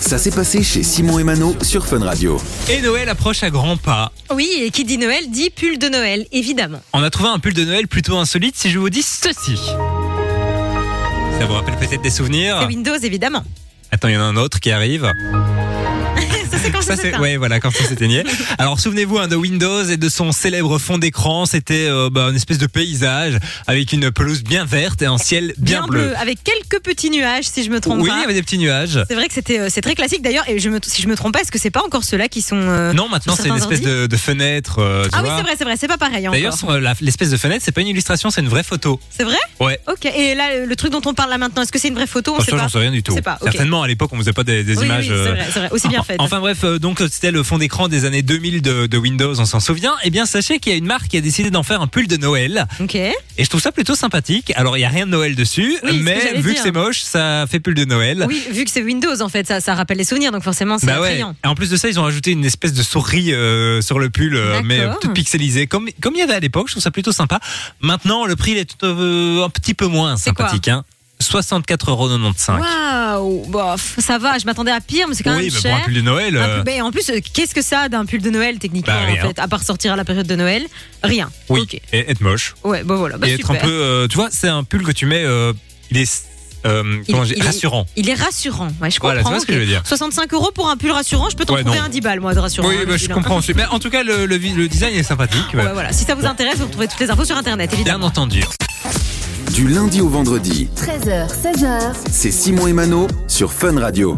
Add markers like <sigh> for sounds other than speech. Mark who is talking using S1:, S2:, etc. S1: Ça s'est passé chez Simon et Mano sur Fun Radio.
S2: Et Noël approche à grands pas.
S3: Oui, et qui dit Noël dit pull de Noël, évidemment.
S2: On a trouvé un pull de Noël plutôt insolite si je vous dis ceci. Ça vous rappelle peut-être des
S3: Et
S2: souvenirs
S3: Windows, évidemment.
S2: Attends, il y en a un autre qui arrive.
S3: ça, c'est quand
S2: Ça
S3: Ah, ça
S2: c'est
S3: s'éteint.
S2: ouais voilà quand ça
S3: <laughs>
S2: s'éteignait. Alors souvenez-vous hein, de Windows et de son célèbre fond d'écran, c'était euh, bah, une espèce de paysage avec une pelouse bien verte et un ciel bien,
S3: Bien bleu. avec quelques petits nuages, si je me trompe
S2: Oui, il y
S3: pas.
S2: avait des petits nuages.
S3: C'est vrai que c'était, euh, c'est très classique d'ailleurs, et je me, si je me trompe pas, est-ce que c'est pas encore ceux-là qui sont. euh,
S2: Non, maintenant
S3: Sur
S2: c'est une
S3: certains
S2: espèce de, de fenêtre. euh, tu
S3: Ah oui,
S2: vois.
S3: c'est vrai, c'est vrai, c'est pas pareil
S2: D'ailleurs,
S3: encore.
S2: sur, euh, la- l'espèce de fenêtre, c'est pas une illustration, c'est une vraie photo.
S3: C'est vrai
S2: Ouais.
S3: Ok, et là, euh, le truc dont on parle là maintenant, est-ce que c'est une vraie photo On
S2: Enfin,
S3: sait
S2: Bah, ça,
S3: pas.
S2: j'en sais rien du tout.
S3: On sait pas, ok.
S2: Certainement, à l'époque, on faisait pas des, des
S3: Oui, oui,
S2: images.
S3: c'est
S2: euh,
S3: vrai, c'est vrai, aussi bien fait.
S2: Enfin bref, euh, donc c'était le fond d'écran des années 2000 de, de Windows, on s'en souvient. Eh bien, sachez qu'il y a une marque qui a décidé d'en faire un pull de Noël.
S3: ok.
S2: Et je trouve ça plutôt sympathique. Alors, il n'y a rien de Noël dessus,
S3: Oui, c'est ce que
S2: mais
S3: j'allais
S2: vu que
S3: dire.
S2: c'est moche, ça fait pull de Noël.
S3: Oui, vu que c'est Windows en fait, ça, ça rappelle les souvenirs, donc forcément c'est
S2: Bah ouais.
S3: attrayant.
S2: Et en plus de ça, ils ont rajouté une espèce de souris euh, sur le pull, euh,
S3: D'accord.
S2: mais euh, toute pixelisée, comme comme il y avait à l'époque. Je trouve ça plutôt sympa. Maintenant, le prix il est tout, euh, un petit peu moins
S3: quoi
S2: sympathique. Hein. 64,95€.
S3: Waouh, bof, ça va, je m'attendais à pire, mais c'est quand
S2: oui,
S3: même
S2: mais
S3: cher.
S2: pour un pull de Noël.
S3: Un
S2: euh,
S3: pull- mais en plus, euh, qu'est-ce que ça d'un pull de Noël techniquement
S2: Bah, rien.
S3: en fait, à part sortir à la période de Noël, rien.
S2: oui,
S3: Ok.
S2: et être moche.
S3: Ouais, bon voilà. Bah,
S2: et être
S3: super.
S2: un peu. euh, tu vois, c'est un pull que tu mets. euh, il est. euh,
S3: Il-
S2: comment je dis,
S3: il est-
S2: rassurant.
S3: Il est rassurant. Ouais, je comprends.
S2: Voilà, tu vois ce que
S3: ok.
S2: je veux dire.
S3: 65 euros pour un pull rassurant, je peux t'en
S2: Ouais,
S3: trouver
S2: non.
S3: un 10 balles moi de rassurant.
S2: Oui,
S3: hein,
S2: bah,
S3: le
S2: je
S3: pull, hein.
S2: comprends. Mais en tout cas, le, le vi- le design est sympathique.
S3: Bon, bah, voilà. Si ça vous intéresse, vous retrouvez toutes les infos sur internet
S2: Bien
S3: évidemment.
S2: entendu.
S1: Du lundi au vendredi,
S4: 13h, 16h.
S1: c'est Simon et Mano sur Fun Radio.